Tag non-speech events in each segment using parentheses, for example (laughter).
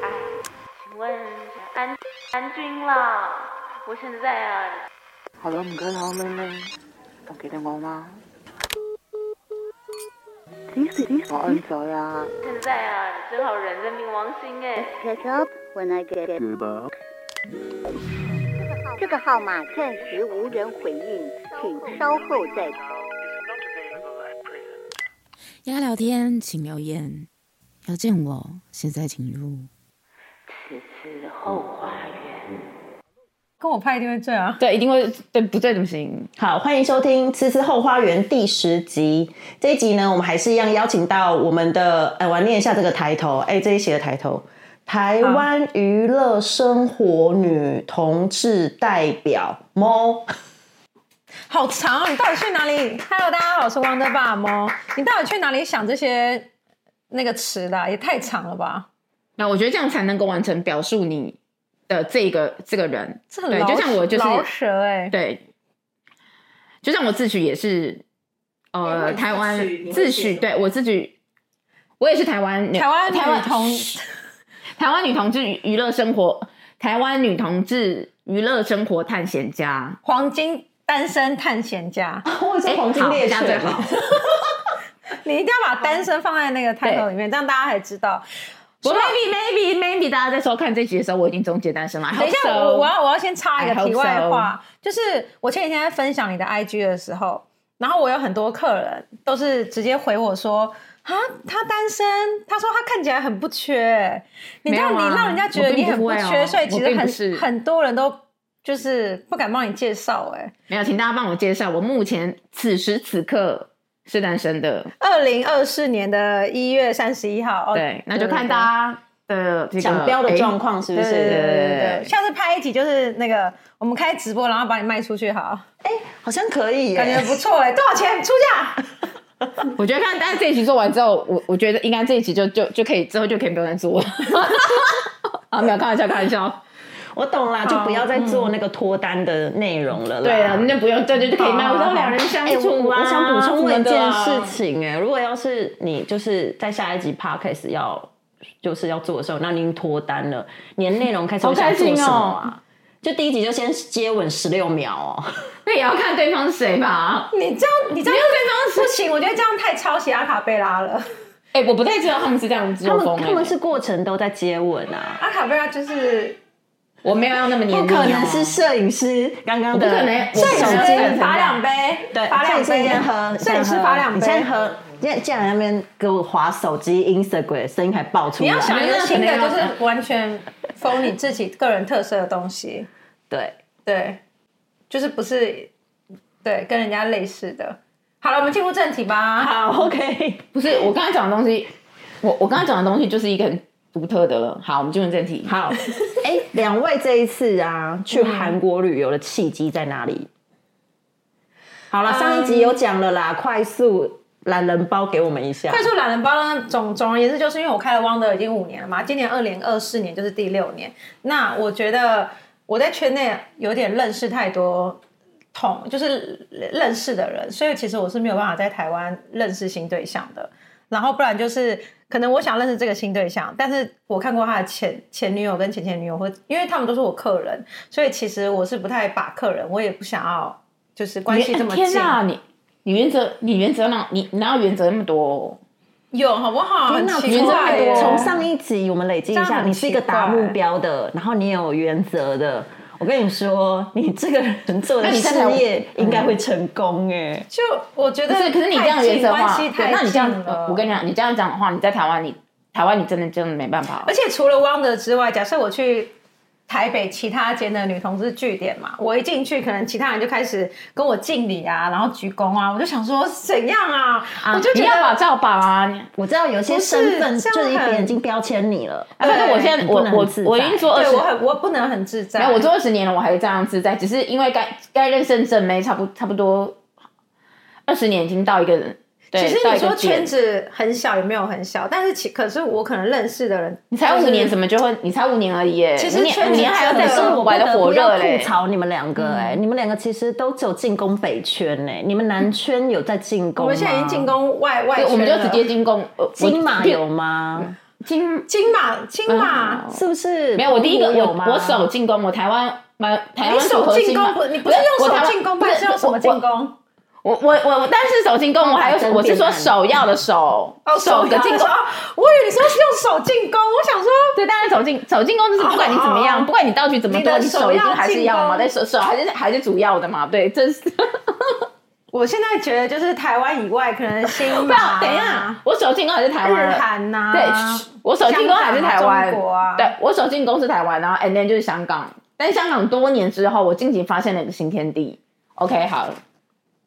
哎，请问安安君啦，我现在啊，好了，唔該口妹妹，仲記得我嗎？ This is 我安咗呀，现在啊，正好人在冥王星哎。 pick up when I get it。这个号码暂时无人回应，请稍后再。要聊天请留言，要见我现在请入。跟我拍一定会啊这样。对，一定会对，不对怎么行？好，欢迎收听《吃吃后花园》第十集。这一集呢，我们还是一样邀请到我们的，哎，我来念一下这个抬头，哎，这一期的抬头，台湾娱乐生活女同志代表猫。好长哦，你到底去哪里？Hello，大家好，我是王德爸猫。你到底去哪里想这些那个词的啊、也太长了吧？那我觉得这样才能够完成表述你的这个这个人，这很对，老就像我就是老舌哎、对，就像我自诩也是，哎呃，你台湾自诩你自会写诩，什对我自诩，我也是台湾女台湾台湾女同 (laughs) 台湾女同志娱乐生活，台湾女同志娱乐生活探险 (laughs) 家，黄金单身探险 (laughs) 家，我是黄金好猎这样犬最，好。 (laughs) 你一定要把单身放在那个 title 里面，这样大家才知道。我 maybe maybe maybe 大家在收看这集的时候，我已经终结单身了。I 等一 hope 下， so 我我要我要先插一个 I hope 题外话，就是我前几天在分享你的 IG 的时候，然后我有很多客人都是直接回我说。啊，他单身，他说他看起来很不缺，你知道没有啊你让人家觉得你很我并不缺，会哦所以其我并不实是很很多人都就是不敢帮你介绍、哎，没有，请大家帮我介绍，我目前此时此刻是单身的，二零二四年的一月三十一号，哦对，那就看大家的这个奖标的状哎况是不对对对对是？对对对对下次拍一集就是那个我们开直播，然后把你卖出去，好，好像可以感觉耶。不错哎、多少钱出价？我觉得看大家这一集做完之后，我我觉得应该这一集就就就可以之后就可以不用再 (laughs) 做了。啊，没有开玩笑，开玩笑。我懂啦，就不要再做那个脱单的内容了啦。对啊了，那就不用，对对就可以迈入到两人相哎、我处我啊。想补充什一么的件啊事，情、哎，如果要是你就是在下一集 podcast 要就是要做的时候，那您脱单了，你的内容开始会好开想心做哦什么啊？就第一集就先接吻十六秒哦，那也要看对方是谁吧。你这样，你这样对 (laughs) 方不行，我觉得这样太抄袭阿卡贝拉了。哎，我不太知道他们是这样子他作们风，欸他们是过程都在接吻啊，阿卡贝拉就是我没有要那么不黏腻哦，可能是摄影师刚刚的我不可能我不手可能机这样罚两杯，对，罚两摄影杯师先喝，摄影师罚两你先杯。喝，你现在竟然在那边给我划手机 Instagram，声音还爆出你来，要想一个新我觉的，得那就可能是完全封你自己个人特色的东西，对。对，就是不是对跟人家类似的。好了，我们进入正题吧。好，OK，不是我刚才讲的东西，我我刚才讲的东西就是一个很独特的了。好，我们进入正题。好，哎、两位这一次啊，去嗯韩国旅游的契机在哪里？好嗯了，上一集有讲了啦，快速懒人包给我们一下快。速懒人包呢，总总而言之，就是因为我开了汪德已经五年了嘛，今年二零二四年就是第六年。那我觉得我在圈内有点认识太多同，就是认识的人，所以其实我是没有办法在台湾认识新对象的。然后不然就是可能我想认识这个新对象，但是我看过他的前前女友跟前前女友，或因为他们都是我客人，所以其实我是不太把客人，我也不想要就是关系这么近。天哪，你你原则你原则那你哪有原则那么多、哦有好不好？很奇原则怪太耶多从上一集我们累积一这样下，很你是一个奇怪达目标的，然后你有原则的。我跟你说，你这个人做的那你在事台湾业嗯应该会成功哎、就我觉得可太是近，可是你这样原则的关话，系太对，那你这样近，了呃我跟你讲，你这样讲的话，你在台湾你台湾你真的真的没办法而。且除了汪德之外，假设我去台北其他间的女同志据点嘛，我一进去，可能其他人就开始跟我敬礼啊，然后鞠躬啊，我就想说怎样啊？啊我就觉你要把得照把啊！你我知道有些不是身份这样就是很哎别人已经标签你了，啊，反正我现在你我不能我自我已在经做二对十我，很我不能很自在。没有我做二十年了，我还这样自在，只是因为该该认识正妹，差不差不多二十年已经到一个其对实到你一个说点圈子很小也没有很小，但是其可是我可能认识的人，你才就五是年，怎么就会？你才五年而已耶，其实五年圈五子年还要真的在是生活我玩的火不要热吐嘞。槽你们两个哎、嗯你们两个其实都只有进攻北圈哎、你们南圈有在进攻我吗？们现在已经进攻外外圈对，了，我们就直接进攻呃我金马比有吗？金金马金马。哦是不是？没有，我第一个澎湖我有吗？我手进攻，我台湾蛮台湾你手手核进心嘛攻不？你不是我用手台湾进攻吧，不你是用什么进？攻？我我我我，但是手进攻，我还有我是说首要的手，哦，手的进攻。攻。哦我以为你说是用手进攻，我想说对，当然手进手进攻就是不管你怎么哦哦样，哦不管你道具怎么你多，的你手手一定要还是进要嘛，攻对手手还是还是主要的嘛，对，这是。我现在觉得就是台湾以外，可能新不马、要等一下，我手进攻还是台湾日人。韩啊呐、对，我手进攻还是香台湾，港啊中国啊对我手进攻是台湾，然后 and then 就是香港。但香港多年之后，我近期发现了一个新天地。OK，好，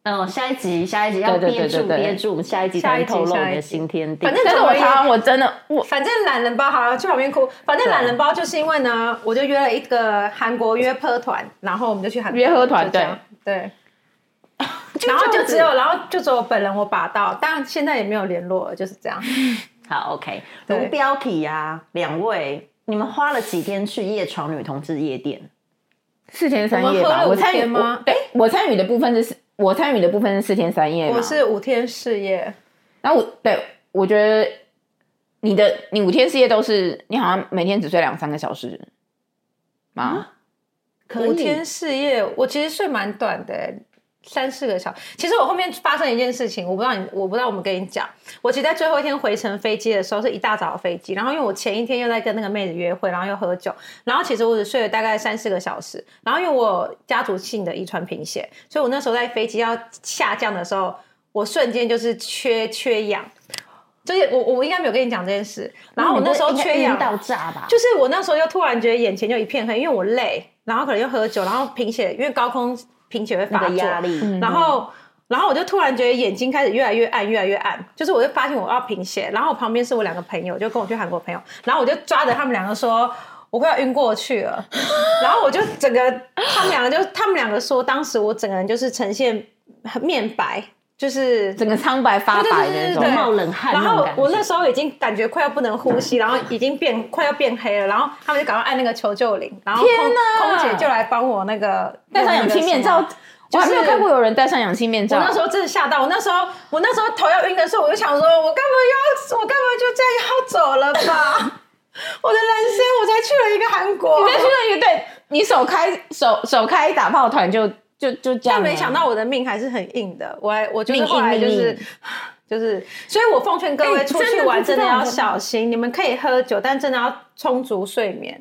嗯，下一集下一集要对对憋对住对对憋住，我们下一集下再一集透露下一你的集新天地。反正但是总我而言台湾我真的我反正懒人包好了，去旁边哭。反正懒人包就是因为呢，我就约了一个韩国约喝团，然后我们就去韩国约喝团就这样对。 (laughs) 然后就只有，然后就只有本人我把到，但现在也没有联络了，就是这样。好，OK。对如标题啊，两位，你们花了几天去夜闯女同志夜店？四天三我们夜喝吧，了我五参与天吗我对，我参与的部分是四，我参与的部分是四天三夜嘛。我是五天四夜，然后我对我觉得你的你五天四夜都是你好像每天只睡两三个小时嘛，可五以天四夜，我其实睡蛮短的、三四个小时。其实我后面发生一件事情，我不知道你，我不知道我们跟你讲。我其实在最后一天回程飞机的时候，是一大早的飞机，然后因为我前一天又在跟那个妹子约会，然后又喝酒，然后其实我只睡了大概三四个小时。然后因为我有家族性的遗传贫血，所以我那时候在飞机要下降的时候，我瞬间就是缺缺氧。就是我我应该没有跟你讲这件事，然后我那时候你不会缺应该氧晕到炸吧？就是我那时候又突然觉得眼前就一片黑，因为我累，然后可能又喝酒，然后贫血，因为高空贫血会那发个作，压力，然后。然后我就突然觉得眼睛开始越来越暗，越来越暗，就是我就发现我要贫血。然后我旁边是我两个朋友，就跟我去韩国朋友，然后我就抓着他们两个说，我快要晕过去了。 (laughs) 然后我就整个，他们两个就他们两个说，当时我整个人就是呈现很面白，就是整个苍白发白的那对对对对种对。冒冷汗然那种后感觉。我那时候已经感觉快要不能呼吸，然后已经变快要变黑了，然后他们就赶快按那个求救铃，然后空天哪空姐就来帮我那个啊戴上氧气面罩，。我还没有看过有人戴上氧气面罩。我那时候真的吓到，我那时候我那时候头要晕的时候，我就想说，我干嘛要我干嘛就这样要走了吧？ (laughs) 我的人生，我才去了一个韩国你，在去那里对，你手开手手开打炮团就就就这但样了。没想到我的命还是很硬的，我还我就是啊命硬后来就命是硬。就是，所以我奉劝各哎位出真去的玩不知真的道要真的小心，你们可以喝酒，但真的要充足睡眠，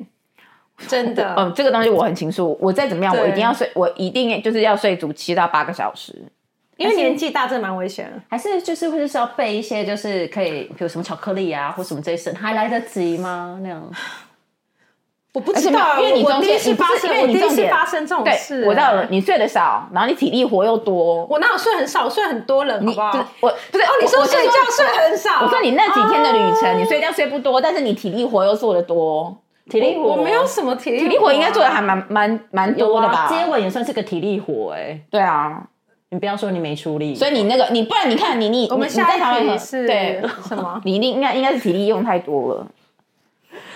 真 (laughs) 的。嗯，这个东西我很清楚，我再怎么样，呃对我一定要睡，我一定就是要睡足七到八个小时。因为年纪大，真的蛮危险的。还是就是会就是要备一些就是可以，比如什么巧克力啊，或什么这一生还来得及吗？那样我不而知且道，没有因为你我中第一间次你不发是生，因为我你第一重次点发生这种对事，，哎我知道了，你睡得少，然后你体力活又多，我哪有睡很少，我睡很多人，好你不好就？我不是哦，你我说我是睡觉睡很少，哦我说你那几天的旅程，你睡觉睡不多，但是你体力活又做得多，体力哎我没有什么体力，体力活应该做的还蛮蛮蛮啊多的啊吧？接吻也算是个体力活哎、对啊，你不要说你没出力，所以你那个你不然你看你你我们你下在台一湾题很是对， (laughs) 什么？你一定应该应该是体力用太多了。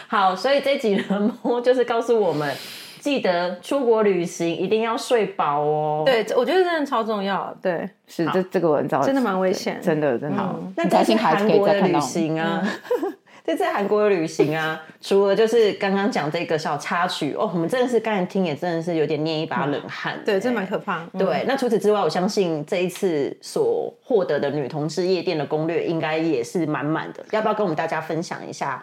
好，所以这几人摸就是告诉我们，记得出国旅行一定要睡饱哦。，对，我觉得真的超重要，对，是这这个我很早真的蛮危险嗯对真的真的。那很开这次心还韩是可以国的再看旅到。行啊， (laughs) 这次韩国的旅行啊，除了就是刚刚讲这个小插曲哦，我们真的是刚才听也真的是有点捏一把冷汗、欸对，真的蛮可怕。嗯对，那除此之外，我相信这一次所获得的女同志夜店的攻略应该也是满满的。要不要跟我们大家分享一下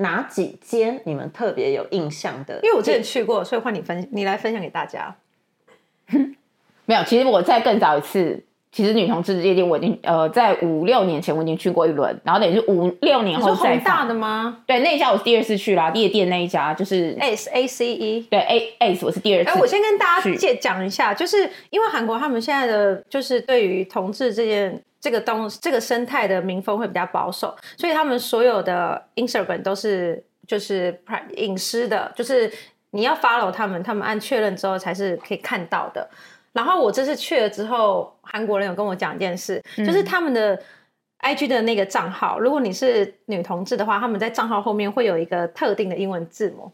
哪几间你们特别有印象的？因为我之前去过，所以换你分，你来分享给大家。没有，其实我在更早一次，其实女同志夜店我已经呃在五六年前我已经去过一轮，然后等于是五六年你说后再宏大放。的吗对，那一家我是第二次去啦，夜店那一家就是？S A C E。对 A A 我是第二次。哎，我先跟大家是介讲一下，就是因为韩国他们现在的就是对于同志这件这个东这个生态的民风会比较保守，所以他们所有的 Instagram 都是就是 pri- 隐私的，就是你要 follow 他们，他们按确认之后才是可以看到的。然后我这次去了之后，韩国人有跟我讲一件事，就是他们的 IG 的那个账号，如果你是女同志的话，他们在账号后面会有一个特定的英文字母，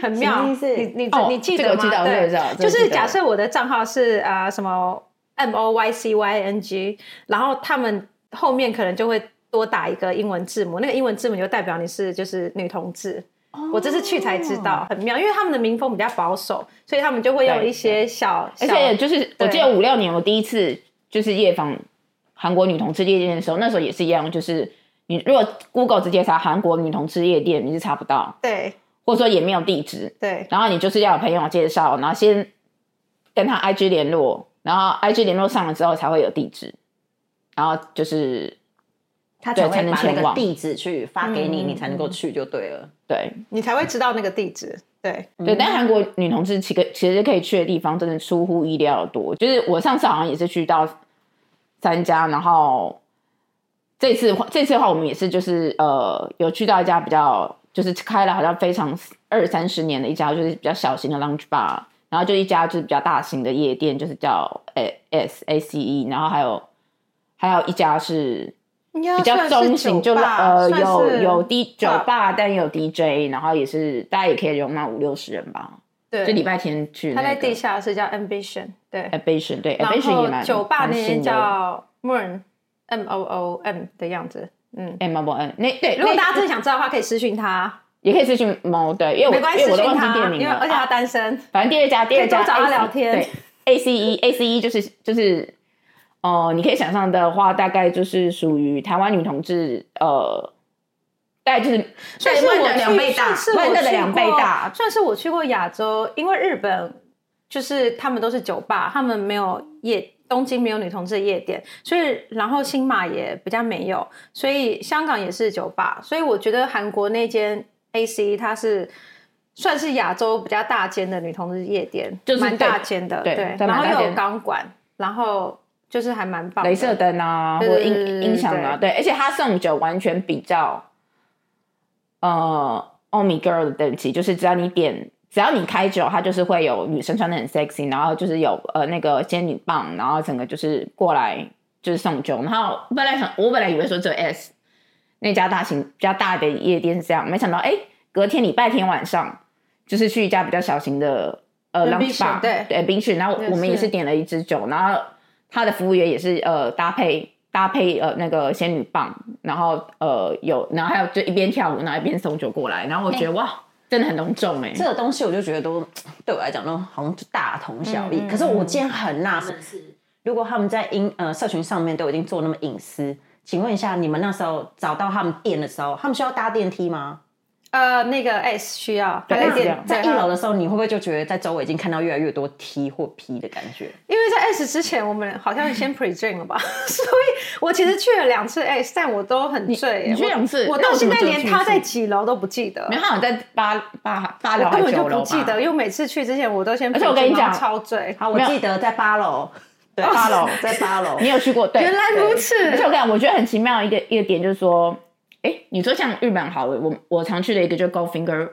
很妙。什么意思你你哦你记这个得我吗？记得这个我对，知道这个就我记是得假设我的账号是啊、呃什么 M O Y C Y N G，然后他们后面可能就会多打一个英文字母，那个英文字母就代表你是就是女同志。我这次去才知哦道，很妙，因为他们的民风比较保守，所以他们就会用对一些小，而小且就是我对记得五六年我第一次就是夜访韩国女同志夜店的时候，那时候也是一样，就是你如果 Google 直接查韩国女同志夜店，你是查不到，对或者说也没有地址，对然后你就是要有朋友介绍，然后先跟他 IG 联络，然后 IG 联络上了之后才会有地址，然后就是他对才才会能把那前个往地址去发给你，嗯你才能够去就对了。对你才会知道那个地址。对，对，但韩国女同志其实其实可以去的地方真的出乎意料的多。就是我上次好像也是去到三家，然后这次的话这次的话，我们也是就是呃有去到一家比较就是开了好像非常二三十年的一家，就是比较小型的 lounge bar，然后就一家就是比较大型的夜店，就是叫 A S A C E，然后还有还有一家是比比较中型，就呃有有 D 酒 club 吧，但也有 DJ，然后也是大家也可以容纳五六十人吧。对，就礼拜天去、那它个，在地下室叫 Ambition，对， Ambition 对然，Ambition 也后蛮酒吧那蛮新边的叫 Moon M O O M 的样子，嗯。哎 m o n 那 (laughs) 对，如果那大家真的想知道的话，可以私讯他，也可以私信 Mo 对，因为我没关系，因为私我都讯忘记他，店因名为了，而且他啊单身。反正第二家第二家可以多找他 AC 聊天对，A C E A C E 就是就是哦、呃你可以想象的话，大概就是属于台湾女同志呃。大概就是算是对我万的两去倍大，算是万我的去两倍过大，算是我去过亚洲，因为日本就是他们都是酒吧，他们没有夜，东京没有女同志夜店，所以然后新马也比较没有，所以香港也是酒吧，所以我觉得韩国那间 A C 它是。算是亚洲比较大间的女同志夜店，就是蛮对大间的，对在然蛮后大又有间钢管，然后就是还蛮棒的。镭射灯啊，或对者对对对音对音响啊，对，而且他送酒完全比较，呃，欧米 girl 的等级，就是只要你点，只要你开酒，它就是会有女生穿的很 sexy，然后就是有呃那个仙女棒，然后整个就是过来就是送酒，然后本来想我本来以为说只有 S 那家大型比较大的夜店是这样，没想到哎、隔天礼拜天晚上就是去一家比较小型的呃 Ambition， lunch bar 对对 b i n c h 然后也我们也是是点了一支酒，然后他的服务员也是呃搭配搭配呃那个仙女棒，然后呃有然后还有就一边跳舞然后一边送酒过来，然后我哎觉得、哇真的很隆重哎、这个东西我就觉得都对我来讲都好像就大同小嗯异。可是我今天很纳闷是，如果他们在音呃社群上面都已经做那么隐私，请问一下，你们那时候找到他们店的时候，他们需要搭电梯吗？呃，那个 S 需要，对啊它那在店在一它楼的时候，你会不会就觉得在周围已经看到越来越多 T 或 P 的感觉？因为在 S 之前，我们好像先 pre drink 了 (laughs) 吧，所以我其实去了两次 S，但我都很醉耶。你去我两次我那到我怎现么在只有连去一他次在几楼都不记得没，有，他有在八八八楼我还根本是就九楼不吧记得，因为每次去之前我都先 pre drink，而且我跟你讲然后超醉。好，我没有记得在八楼，对，八 (laughs) 楼在八楼你。有去过？对，原来如此，而且我跟你讲，我觉得很奇妙的一个一个点就是说，哎，你说像日本好了，我我常去的一个就是 Go Finger。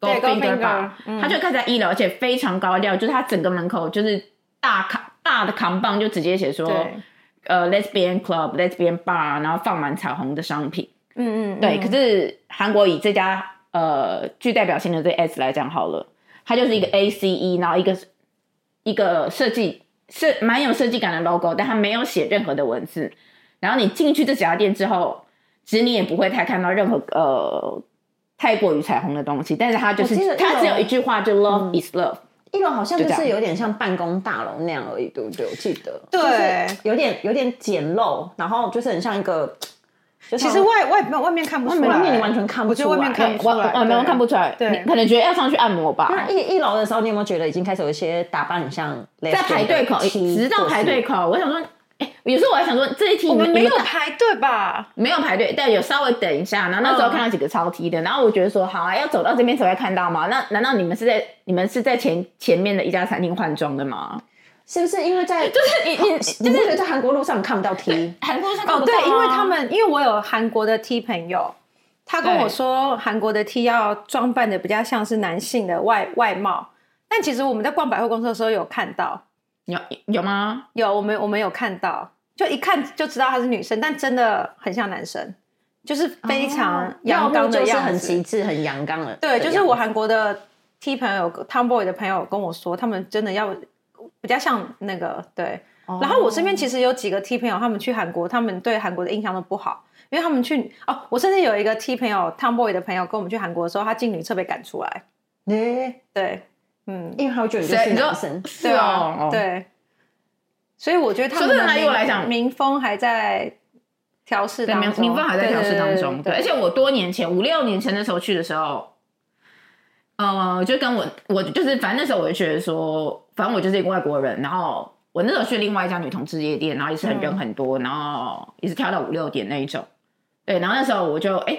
对 Goldfinger，吧，嗯它就开在一楼，而且非常高调，就是它整个门口就是大扛大的扛棒，就直接写说对，呃 lesbian club、lesbian bar，然后放满彩虹的商品。嗯嗯，对，嗯可是韩国以这家呃具代表性的这 S 来讲好了，它就是嗯一个 A C E，然后一个一个设计是蛮有设计感的 logo，但它没有写任何的文字。然后你进去这几家店之后，其实你也不会太看到任何呃太过于彩虹的东西，但是它就我记是得嗯它只一楼有一句话，就 Love is love。一楼好像就就这是样有点像办公大楼那样而已，对不对？我记得，对就是有点有点简陋，然后就是很像一个，就其像实外外面外面看不出来，外面你完全看不我觉得出外来。面看不出我来，我没有看不出来，对你可能觉得要上去按摩吧。那一一楼的时候，你有没有觉得已经开始有一些打扮很像在排队口，直到排队口，我想说，哎，有时候我还想说这一题我你们们没有打排队吧？没有排队，但有稍微等一下。然后那嗯时候看到几个超梯的，然后我觉得说，好啊，要走到这边才会看到吗？那难道你们是在你们是在前前面的一家餐厅换装的吗？是不是因为在就是你你你不觉得在韩国路上看不到 T？韩国上哦，对，啊因为他们因为我有韩国的 T 朋友，他跟对我说韩国的 T 要装扮的比较像是男性的外外貌，但其实我们在逛百货公司的时候有看到，有有吗？有我们我们有看到，就一看就知道他是女生，但真的很像男生，就是非哦常阳哦要刚不的就是样很子。极致、很阳刚的。对，的就是样我子韩国的 T 朋友 Tomboy 的朋友跟我说，他们真的要比较像那个对。哦然后我身边其实有几个 T 朋友，他们去韩国，他们对韩国的印象都不好，因为他们去哦，我甚至有一个 T 朋友 Tomboy 的朋友跟我们去韩国的时候，他进女厕被赶出来。诶对，嗯，因为他会觉得你谁是你说男生，是对啊，哦，哦，对。所以我觉得他们说真的的来于我民来讲民风还在调试对，当民中，民风还在调试当中。对，对，而且我多年前五六年前的时候去的时候，呃，就跟我我就是反正那时候我就觉得说，反正我就是一个外国人，然后我那时候去另外一家女同志夜店，然后也是很嗯人很多，然后也是跳到五六点那一种。对，然后那时候我就哎、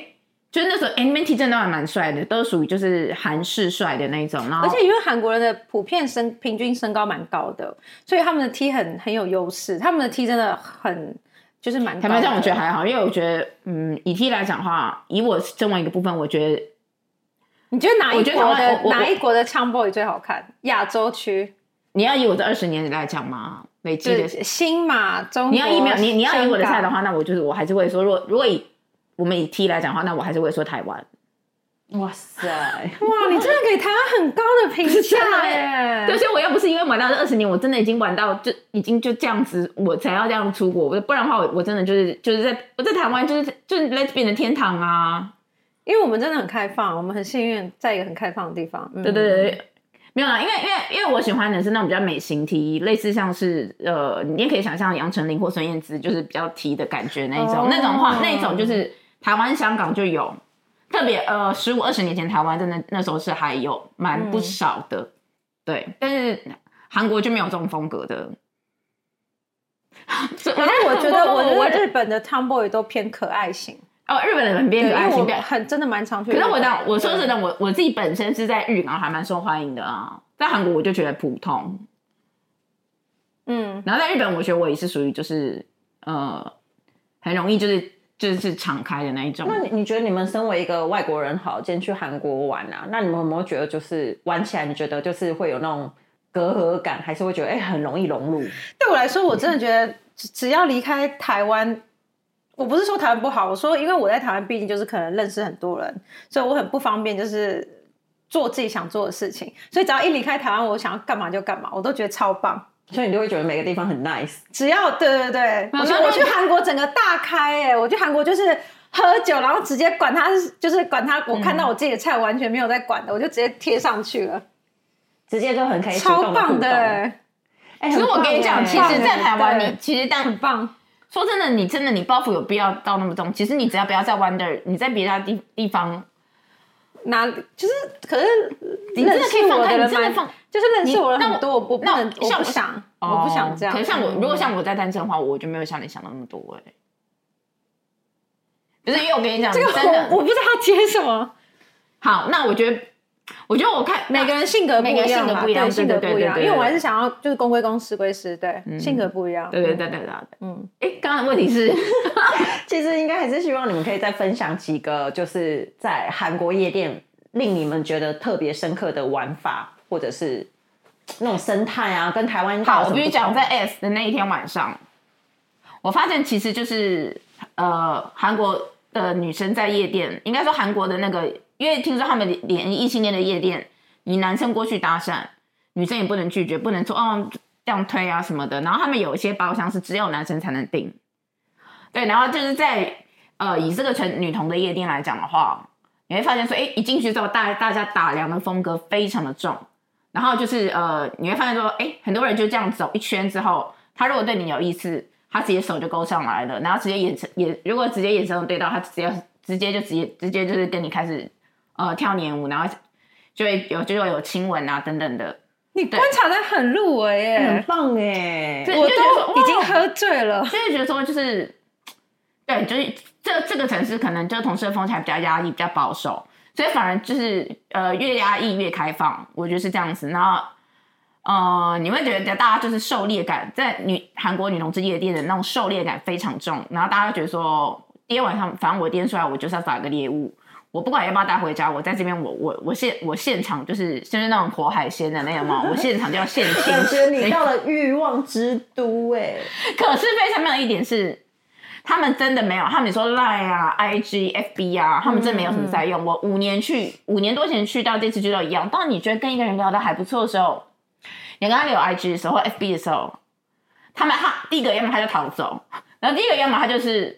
就是那时候哎，你们体真的还蛮帅的，都是属于就是韩式帅的那一种，然后而且因为韩国人的普遍身平均身高蛮高的，所以他们的 T 很很有优势，他们的 T 真的很就是蛮高的。坦白讲，我觉得还好，因为我觉得嗯，以 T 来讲的话，以我身为一个部分，我觉得。你觉得哪一我觉得国台湾的我我哪一国的唱 boy 最好看？亚洲区你要以我这二十年来讲嘛，累积就的是新马中国，你要以没有你你要以我的菜香的港，话，那我就是我还是会说，如果如果以我们以 T 来讲的话，那我还是会说台湾。哇塞，哇，你真的给台湾很高的评真价的耶！哎对，所以我又不是因为玩到这二十年，我真的已经玩到就已经就这样子，我才要这样出国，我不然的话我，我真的就是就是在我在台湾就是就是 lesbian 的天堂啊！因为我们真的很开放，我们很幸运在一个很开放的地方。嗯对对对。对没有啦，因为因为因为我喜欢的是那种比较美型 T，类似像是呃，你也可以想象杨丞琳或孙燕姿，就是比较 T 的感觉那一种。哦那种话，那种就是台湾、香港就有，特别呃，十五二十年前台湾真的那时候是还有蛮不少的，嗯对。但是韩国就没有这种风 (laughs) 格的。所以可是我觉得，我我觉得日本的 tomboy 都偏可爱型， (laughs) 哦，日本人很变对，可因爱为型，我对很真的蛮常去日可本是的。我当我说对真的，我我自己本身是在日港还蛮受欢迎的啊，在韩国我就觉得普通，嗯，然后在日本我觉得我也是属于就是呃很容易就是就是敞开的那一种。那你你觉得你们身为一个外国人，好，今天去韩国玩啊，那你们有没有觉得就是玩起来，你觉得就是会有那种隔阂感，还是会觉得哎、很容易融入？对我来说，我嗯真的觉得只只要离开台湾，我不是说台湾不好，我说因为我在台湾毕竟就是可能认识很多人，所以我很不方便就是做自己想做的事情，所以只要一离开台湾，我想要干嘛就干嘛，我都觉得超棒。所以你就会觉得每个地方很 nice。只要对对对，慢慢我觉得我去韩国整个大开哎、我去韩国就是喝酒，然后直接管他是，就是管他，我嗯看到我自己的菜完全没有在管的，我就直接贴上去了，直接就很可以主超动地互棒动的、欸，哎、可是我跟你讲，很棒其耶实，在台湾对你其实但很棒。说真的，你真的你包袱有必要到那么重？其实你只要不要在 Wonder，你在别的地地方，哪里就是，可是你真的可以认放识我开，人你真的蛮放就是认识你我的那很我多，我不不那我能，我像不想，我不想这样。哦可是像我，嗯如果像我在单身的话，我就没有像你想的那么多哎、不是，因为我跟你讲，这个真的我我不知道接什么，好。那我觉得，我觉得我看 (laughs) 每个人性格不每个人一样性格嘛，不一样对对性格对对不一对样，对因为我还对嗯是想要就是公归公，私归私，对，性格不一样。对对对对对对，嗯嗯，哎，刚刚的问题是，其实应该还是希望你们可以再分享几个，就是在韩国夜店令你们觉得特别深刻的玩法，或者是那种生态啊，跟台湾 (laughs) (laughs) 好，有什么我必须不同讲，在哎 S 的那一天晚上，我发现其实就是呃，韩国的女生在夜店，应该说韩国的那个，因为听说他们连异性恋的夜店，你男生过去搭讪，女生也不能拒绝，不能说哦这样推啊什么的。然后他们有一些包厢是只有男生才能订，对，然后就是在呃以这个纯女童的夜店来讲的话，你会发现说，哎，一进去之后，大大家打量的风格非常的重。然后就是呃，你会发现说，哎，很多人就这样走一圈之后，他如果对你有意思，他直接手就勾上来了，然后直接眼神也如果直接眼神有对到，他直接直接就直接直接就是跟你开始呃跳年舞，然后就会有就会有亲吻啊等等的，你观察的很入微哎很耶，棒哎、嗯对我就觉得说都已经哇喝醉了。所以觉得说就是，对，就是这这个城市可能就同事的风气还比较压抑，比较保守，所以反而就是呃越压抑越开放，我觉得是这样子。然后呃，你会觉得大家就是狩猎感，在女韩国女同志夜店的那种狩猎感非常重，然后大家觉得说，今天晚上反正我今天出来，我就是要找一个猎物，我不管要不要带回家，我在这边我我我现我现场就是就是那种活海鲜的那种嘛，我现场就要现清。感觉 (laughs) 你到了欲望之都哎、可是非常妙的一点是，他们真的没有，他们你说 Line 啊、IG、FB 啊，他们真的没有什么在嗯用。我五年去，五年多前去到这次去都一样。当你觉得跟一个人聊得还不错的时候，你跟他聊 IG 的时候、或 FB 的时候，他们他第一个要么他就逃走，然后第一个要么他就是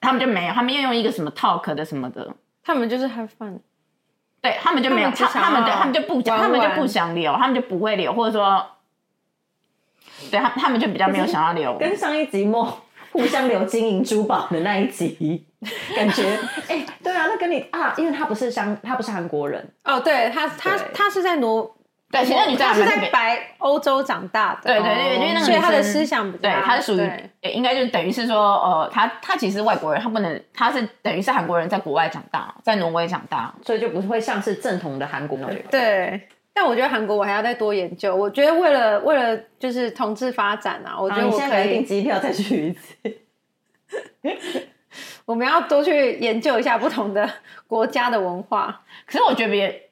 他们就没有，他们又用一个什么 Talk 的什么的。他们就是 have fun，对他们就没有，他他们只想他们对要他们就不讲，玩他们玩就不想留，他们就不会留，或者说，对他他们就比较没有想要留。跟上一集梦互相留金银珠宝的那一集，感觉哎、对啊，那跟你啊，因为他不是香，他不是韩国人，哦，对他他对他是在挪，对，哎其实你他是在在白欧洲长大的，对对对，因为那个所以女他的生思想比较对，他是属于啊对对应该就是等于是说，呃，他他其实外国人，他不能，他是等于是韩国人，在国外长大，在挪威长大，所以就不会像是正统的韩国人。对，但我觉得韩国我还要再多研究。我觉得为了为了就是同志发展啊，我觉啊，得你我现可在可以以，订机票再去一次。我们要多去研究一下不同的 (laughs) 国家的文化。可是我觉得别，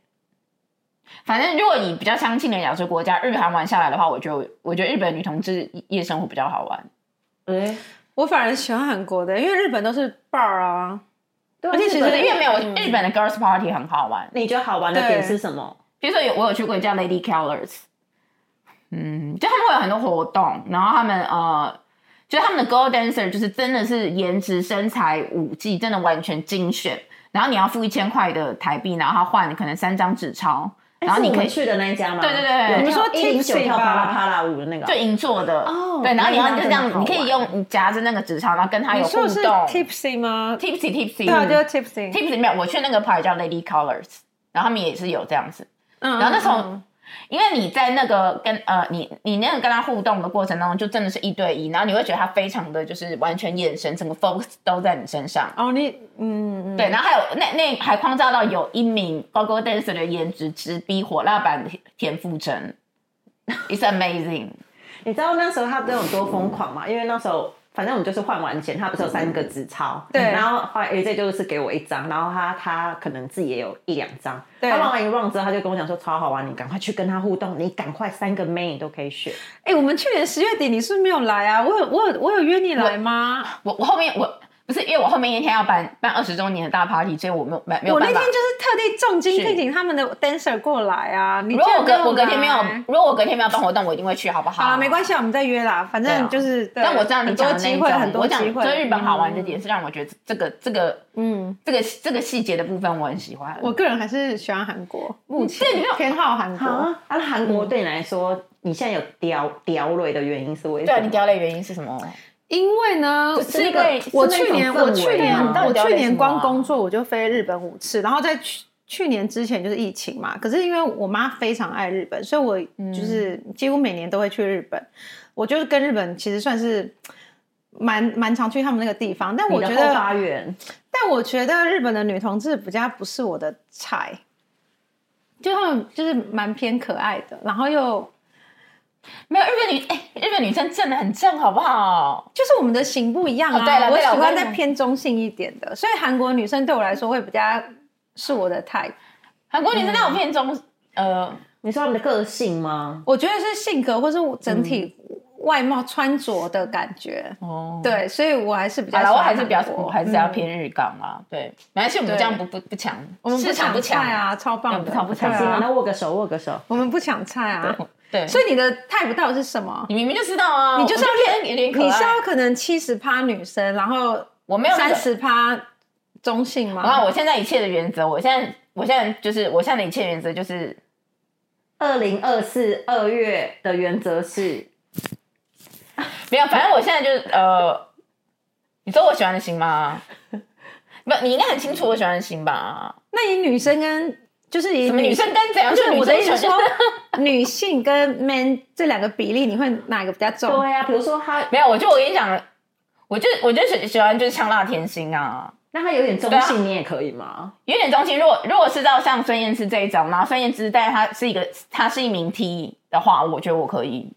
反正如果以比较相近的亚洲国家，日韩玩下来的话，我觉得我觉得日本女同志夜生活比较好玩。哎、我反而喜欢韩国的，因为日本都是 bar 啊，对啊，而且其实日本对，因为没有嗯日本的 girls party 很好玩，你觉得好玩的对点是什么？比如说有我有去过一家 Lady Killers，嗯，就他们会有很多活动，然后他们呃，就他们的 girl dancer 就是真的是颜值、身材、舞技真的完全精选，然后你要付一千块的台币，然后他换可能三张纸钞，哎然后是你我可们以去的那一家吗？对对对你你说说一零九 Tipsy 跳啪啦吧啪啦舞的那个啊就，银座的哦对，然后你要那就个真的这样，好你可以用你夹着那个纸钞，然后跟他你有互说的是动。 tipsy 吗？ tipsy tipsy，对啊，就是 tipsy。 tipsy 没有，我去那个牌叫 Lady Colors，然后他们也是有这样子。嗯，然后那时候嗯因为你在那个跟呃你你那个跟他互动的过程当中，就真的是一对一，然后你会觉得他非常的就是完全眼神整个 focus 都在你身上。哦，你嗯嗯，对，然后还有那那还框架到有一名 Gogo Dancer 的颜值直逼火辣版田馥甄，It's amazing。你知道那时候他都有多疯狂吗？因为那时候反正我们就是换完钱，他不是有三个纸钞，对然后后来 AJ 就是给我一张，然后他他可能自己也有一两张，对他玩完一 round 之后，他就跟我讲说超好玩，你赶快去跟他互动，你赶快三个 main 你都可以选。哎，我们去年十月底你是不是没有来啊？我有我有我有约你来吗？我我后面我不是因为我后面一天要办办二十周年的大 party，所以我没有没没有我那办天法。就是特地重金是聘请他们的 dancer 过来啊。你如果我居然隔我隔天没有来，如果我隔天没有办活动，我一定会去，好不好？好了，没关系啊，我们再约啦。反对啊正就是，对但我知道你很多讲的那机一会，种很多我讲机会。所以日本好玩的点是让我觉得这个这个嗯，这个这个细节的部分我很喜欢。我个人还是喜欢韩国，目前对你没有偏好韩国。啊，那韩国对你来说，你现在有屌屌蕊的原因是为什啊么？对你掉泪原因是什么？因为呢，是因那个为是我那去种年氛我去围年吗我到底去要为什年么光啊工作我就飞日本五次，然后在去去年之前就是疫情嘛，可是因为我妈非常爱日本，所以我就是嗯几乎每年都会去日本。我就是跟日本其实算是蛮蛮常去他们那个地方，但我你觉的后得花园，但我觉得日本的女同志比较不是我的菜，就她们就是蛮偏可爱的，然后又没有日本女哎、日本女生正的很正，好不好？就是我们的型不一样啊。哦对了我对了喜我跟欢你再偏中性一点的，所以韩国女生对我来说会比较是我的 type。韩国女生嗯那种片中、呃，你说他们的个性吗？我觉得是性格或是我整体外貌穿着的感觉，嗯哦，对，所以我还是比较好喜了，欢我还是比较韩，国我还是比较嗯偏日港啊。对，没关系，我们对这样不不不抢，我们不市场不抢抢菜，啊，超棒的，对不抢不抢对行啊，啊，那握个手，握个手。我们不抢菜啊。对，所以以你的 type 到底是什么？你明明就知道啊，你就是要我偏有点可你是爱要。可能七十趴女生，然后我没有那三个哦十趴中性然吗？后我现在一切的原则，我现在我现在就是我现在的一切原则就是二零二四二月的原则是，没有，反正我现在就是呃，你知道我喜欢的型吗？不，你应该很清楚我喜欢的型吧？那以女生跟就是以什么女生跟怎样？不是就女我的生意思喜说欢 (laughs) 女性跟 man 这两个比例，你会哪一个比较重？对啊，比如说他，没有，我就我跟你讲，我就我就喜喜欢就是呛辣甜心啊，那他有点中对啊性，你也可以吗？有点中心。如果如果是到像孙燕姿这一种，然后孙燕姿但她是一个她是一名 T 的话，我觉得我可以。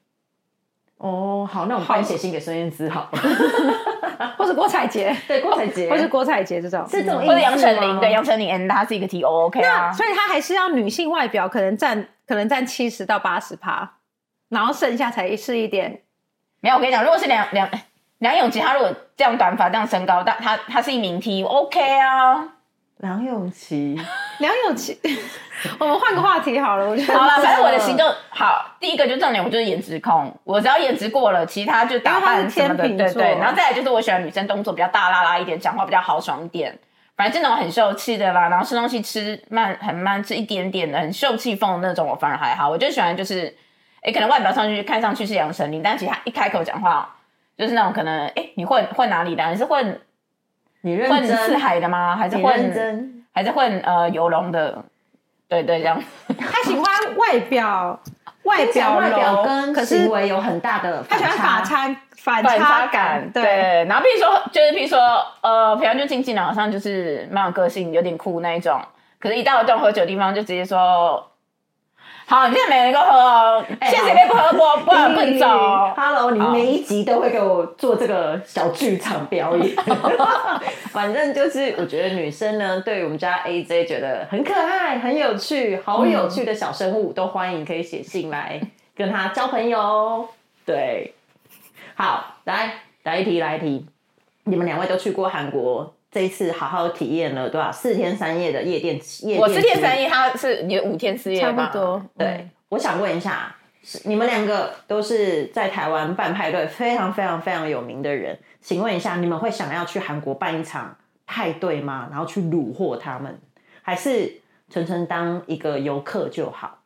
哦，好，那我们帮你写信给孙燕姿好了， (laughs) 或是郭采洁，对，郭采洁或是郭采洁这种，嗯是这种或者杨意思丞吗琳，对，杨丞琳 and 她是一个 T O O K 那啊，所以他还是要女性外表可能占可能占七十到八十趴，然后剩下才是一点没有，我跟你讲，如果是梁梁梁咏琪，她如果这样短发这样身高，但她她是一名 T O K 啊，梁咏琪，梁咏琪。 (laughs) 我们换个话题好了，我觉得好了，反正我的行动好，第一个就重点，我就是颜值控，我只要颜值过了，其他就打因为扮他是什么的，天秤对座对。然后再来就是我喜欢女生动作比较大啦啦一点，讲话比较豪爽一点，反正这种很秀气的啦，然后吃东西吃慢很慢，吃一点点的，很秀气风的那种，我反而还好，我就喜欢就是，哎、可能外表上去看上去是杨丞琳，但其实她一开口讲话就是那种可能，哎、你混混哪里的啊？你是混你认混四真，海的吗？还是你混认真，还是混呃游龙的？对对，这样。他喜欢外表外表外表柔跟可是行为有很大的他喜欢反差反反差差感，感，对。然后譬如说，就是譬如说，呃，裴元俊进进来好像就是蛮有个性，有点酷那一种，可是，一到这种喝酒的地方，就直接说。好，你现在没人够喝哦，现在谁没不喝过，不然不能走哦。嗯 Hello，你好每一集都会给我做这个小剧场表演， (laughs) 反正就是我觉得女生呢，对我们家 AJ 觉得很可爱、很有趣、好有趣的小生物，都欢迎可以写信来跟他交朋友哦。对，好，来来一题，来一题，你们两位都去过韩国，这一次好好体验了多少四天三夜的夜店夜店？我四天三夜，他是你五天四夜差吧不多，嗯对，我想问一下，啊是你们两个都是在台湾办派对非常非常非常有名的人，请问一下，你们会想要去韩国办一场派对吗？然后去虏获他们，还是纯纯当一个游客就好？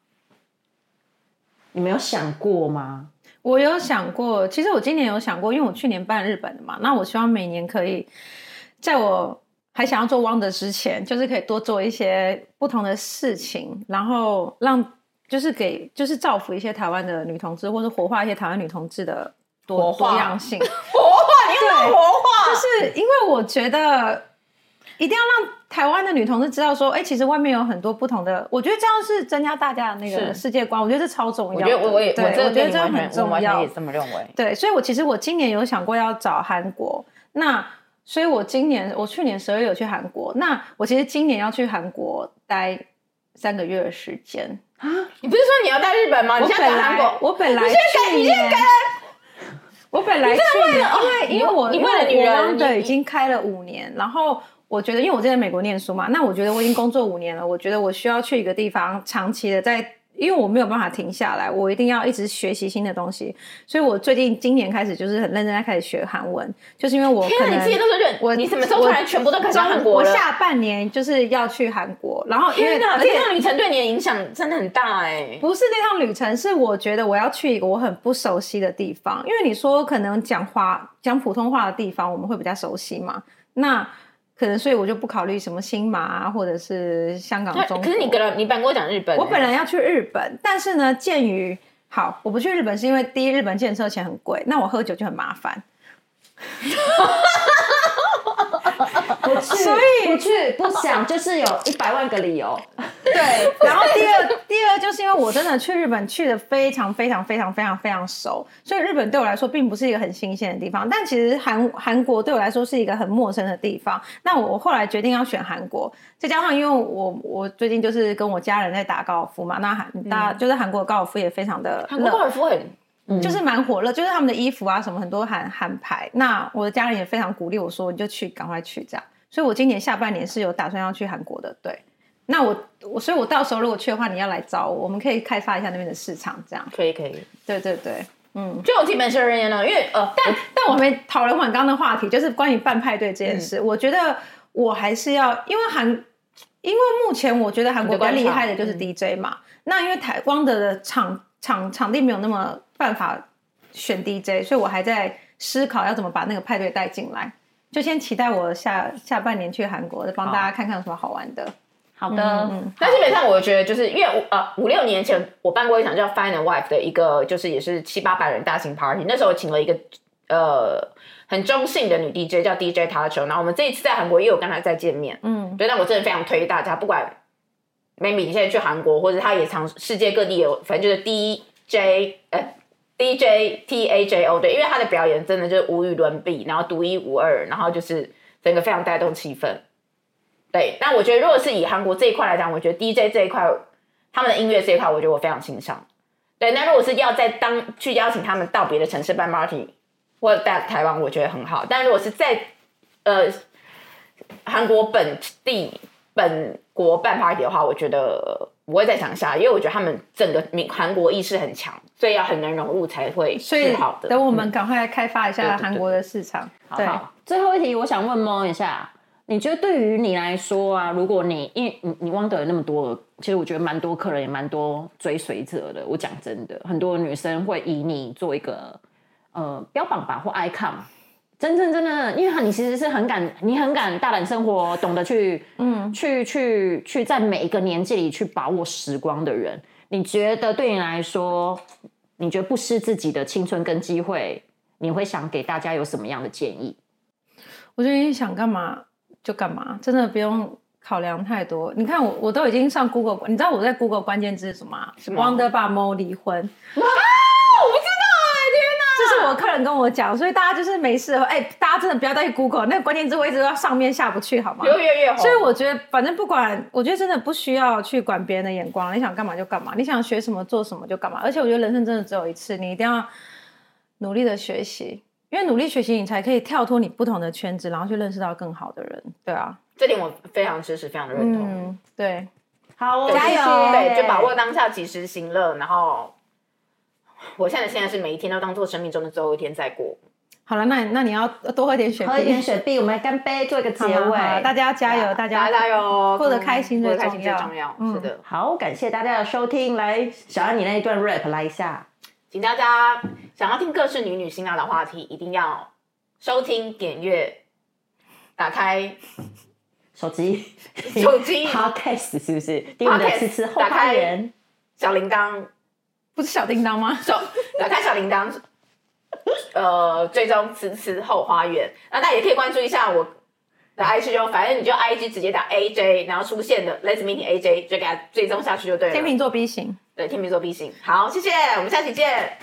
你们有想过吗？我有想过，其实我今年有想过，因为我去年办日本的嘛，那我希望每年可以在我还想要做 Wonder 之前，就是可以多做一些不同的事情，然后让就是给就是造福一些台湾的女同志，或是活化一些台湾女同志的多活化多样性。 (laughs) 活化，你用到对活化，就是因为我觉得一定要让台湾的女同志知道说，哎、其实外面有很多不同的，我觉得这样是增加大家的那个是世界观，我觉得这超重要我的。觉得我我也对我真我的觉对得你这样完很全我重完全要也。这么认为。对，所以我其实我今年有想过要找韩国。那所以，我今年我去年十二月有去韩国，那我其实今年要去韩国待三个月的时间。你不是说你要在日本啊吗？你我现本在在韩来国，我本来你现在改去你现在年改我本来去哦年因为因为我你为了女人对你已经开了五年，然后我觉得因为我之前在美国念书嘛，那我觉得我已经工作五年了，我觉得我需要去一个地方长期的在。因为我没有办法停下来，我一定要一直学习新的东西，所以我最近今年开始就是很认真在开始学韩文，就是因为我天可哪！能你自己都是认我你什么时候突然全部都改到中韩国我了？下半年就是要去韩国，然后因为哦天哪！而且这趟旅程对你的影响真的很大哎。不是那趟旅程，是我觉得我要去一个我很不熟悉的地方，因为你说可能讲华讲普通话的地方，我们会比较熟悉嘛。那可能所以我就不考虑什么新马啊，或者是香港、那中国。可是你本来你本来跟我讲日本欸，我本来要去日本，但是呢，鉴于好，我不去日本是因为第一，日本建车钱很贵，那我喝酒就很麻烦。 (laughs) 不去，所以不去，不想，就是有一百万个理由。 (laughs) 对， (laughs) 然后第二第二就是因为我真的去日本去的非常非常非常非常非常熟，所以日本对我来说并不是一个很新鲜的地方，但其实韩韩国对我来说是一个很陌生的地方。那我后来决定要选韩国，再加上因为我我最近就是跟我家人在打高尔夫嘛，那韩大、就是韩国高尔夫也非常的嗯韩国高尔夫很就是蛮火热，就是他们的衣服啊什么很多韩韩牌。那我的家人也非常鼓励我说，你就去，赶快去这样。所以我今年下半年是有打算要去韩国的，对。那我我所以，我到时候如果去的话，你要来找我，我们可以开发一下那边的市场，这样。可以可以，对对对，嗯。就我替本身而言呢，因为呃，但但我们讨论完刚刚的话题，就是关于办派对这件嗯事，我觉得我还是要，因为韩，因为目前我觉得韩国你的比较观察嗯厉害的就是 DJ 嘛，那因为台光的的场场场地没有那么办法选 DJ，所以我还在思考要怎么把那个派对带进来。就先期待我下下半年去韩国，再帮大家看看有什么好玩的。嗯好的，那基本上我觉得就是因为我呃五六年前我办过一场叫 Fine and Wife 的一个就是也是七八百人大型 party，那时候我请了一个呃很中性的女 DJ 叫 DJ Tacho，然后我们这一次在韩国也有跟她再见面，嗯，对，但我真的非常推大家，不管 maybe 你现在去韩国，或者他也常世界各地有，反正就是 DJ 呃 DJ T A J O 对，因为他的表演真的就是无与伦比，然后独一无二，然后就是整个非常带动气氛。对，那我觉得如果是以韩国这一块来讲，我觉得 DJ 这一块，他们的音乐这一块，我觉得我非常欣赏。对，那如果是要在当去邀请他们到别的城市办 party 或者到台湾，我觉得很好。但如果是在呃韩国本地本国办 party 的话，我觉得不会再想下，因为我觉得他们整个民韩国意识很强，所以要很能融入才会所是以好的。嗯哦等我们赶快来开发一对下对对韩国的市场。好对，好最后一题，我想问蒙一下，你觉得对于你来说啊，如果你因为你你汪德有那么多，其实我觉得蛮多客人也蛮多追随者的。我讲真的，很多女生会以你做一个呃标榜吧或 icon。真正真的，因为你其实是很敢，你很敢大胆生活，懂得去，嗯，去去去，在每一个年纪里去把握时光的人。你觉得对你来说，你觉得不失自己的青春跟机会，你会想给大家有什么样的建议？我最近想干嘛就干嘛，真的不用考量太多。你看我，我都已经上 Google，你知道我在 Google 关键字是什么吗？么汪德爸猫离婚。啊，我不知道哎、天哪！这是我客人跟我讲，所以大家就是没事的话，哎、大家真的不要再去 Google 那个关键字，会一直到上面下不去，好吗？哎越越越红所以我觉得，反正不管，我觉得真的不需要去管别人的眼光，你想干嘛就干嘛，你想学什么做什么就干嘛。而且我觉得人生真的只有一次，你一定要努力的学习，因为努力学习，你才可以跳脱你不同的圈子，然后去认识到更好的人。对啊，这点我非常支持，非常认同。嗯，对，好哦， (laughs) 对加就油是对，就把握当下，及时行乐。然后，我现在现在是每一天都当做生命中的最后一天在过。好了，那你那你要多喝点雪喝一碧点，雪碧，我们来干杯，做一个结好吗好啊尾。大家要加油，大家大家加油，过得开心嗯过最得开心重最要重要。嗯是的，好，感谢大家的收听。来，小安，你那一段 rap 来一下。请大家想要听各式女女辛辣的话题，一定要收听、点阅、打开手机，手 (laughs) 机 podcast 是不是？听我们的 Podcast，吃吃后打花开园。小铃铛，不是小叮当吗？手打开小铃铛，呃，追踪此次后花园。那大家也可以关注一下我的 IG 哦，反正你就 IG 直接打 AJ，然后出现的 Let's Meet AJ 就给它追踪下去就对天了。秤座 B 型。对，天秤座 B 型。好，谢谢，我们下期见。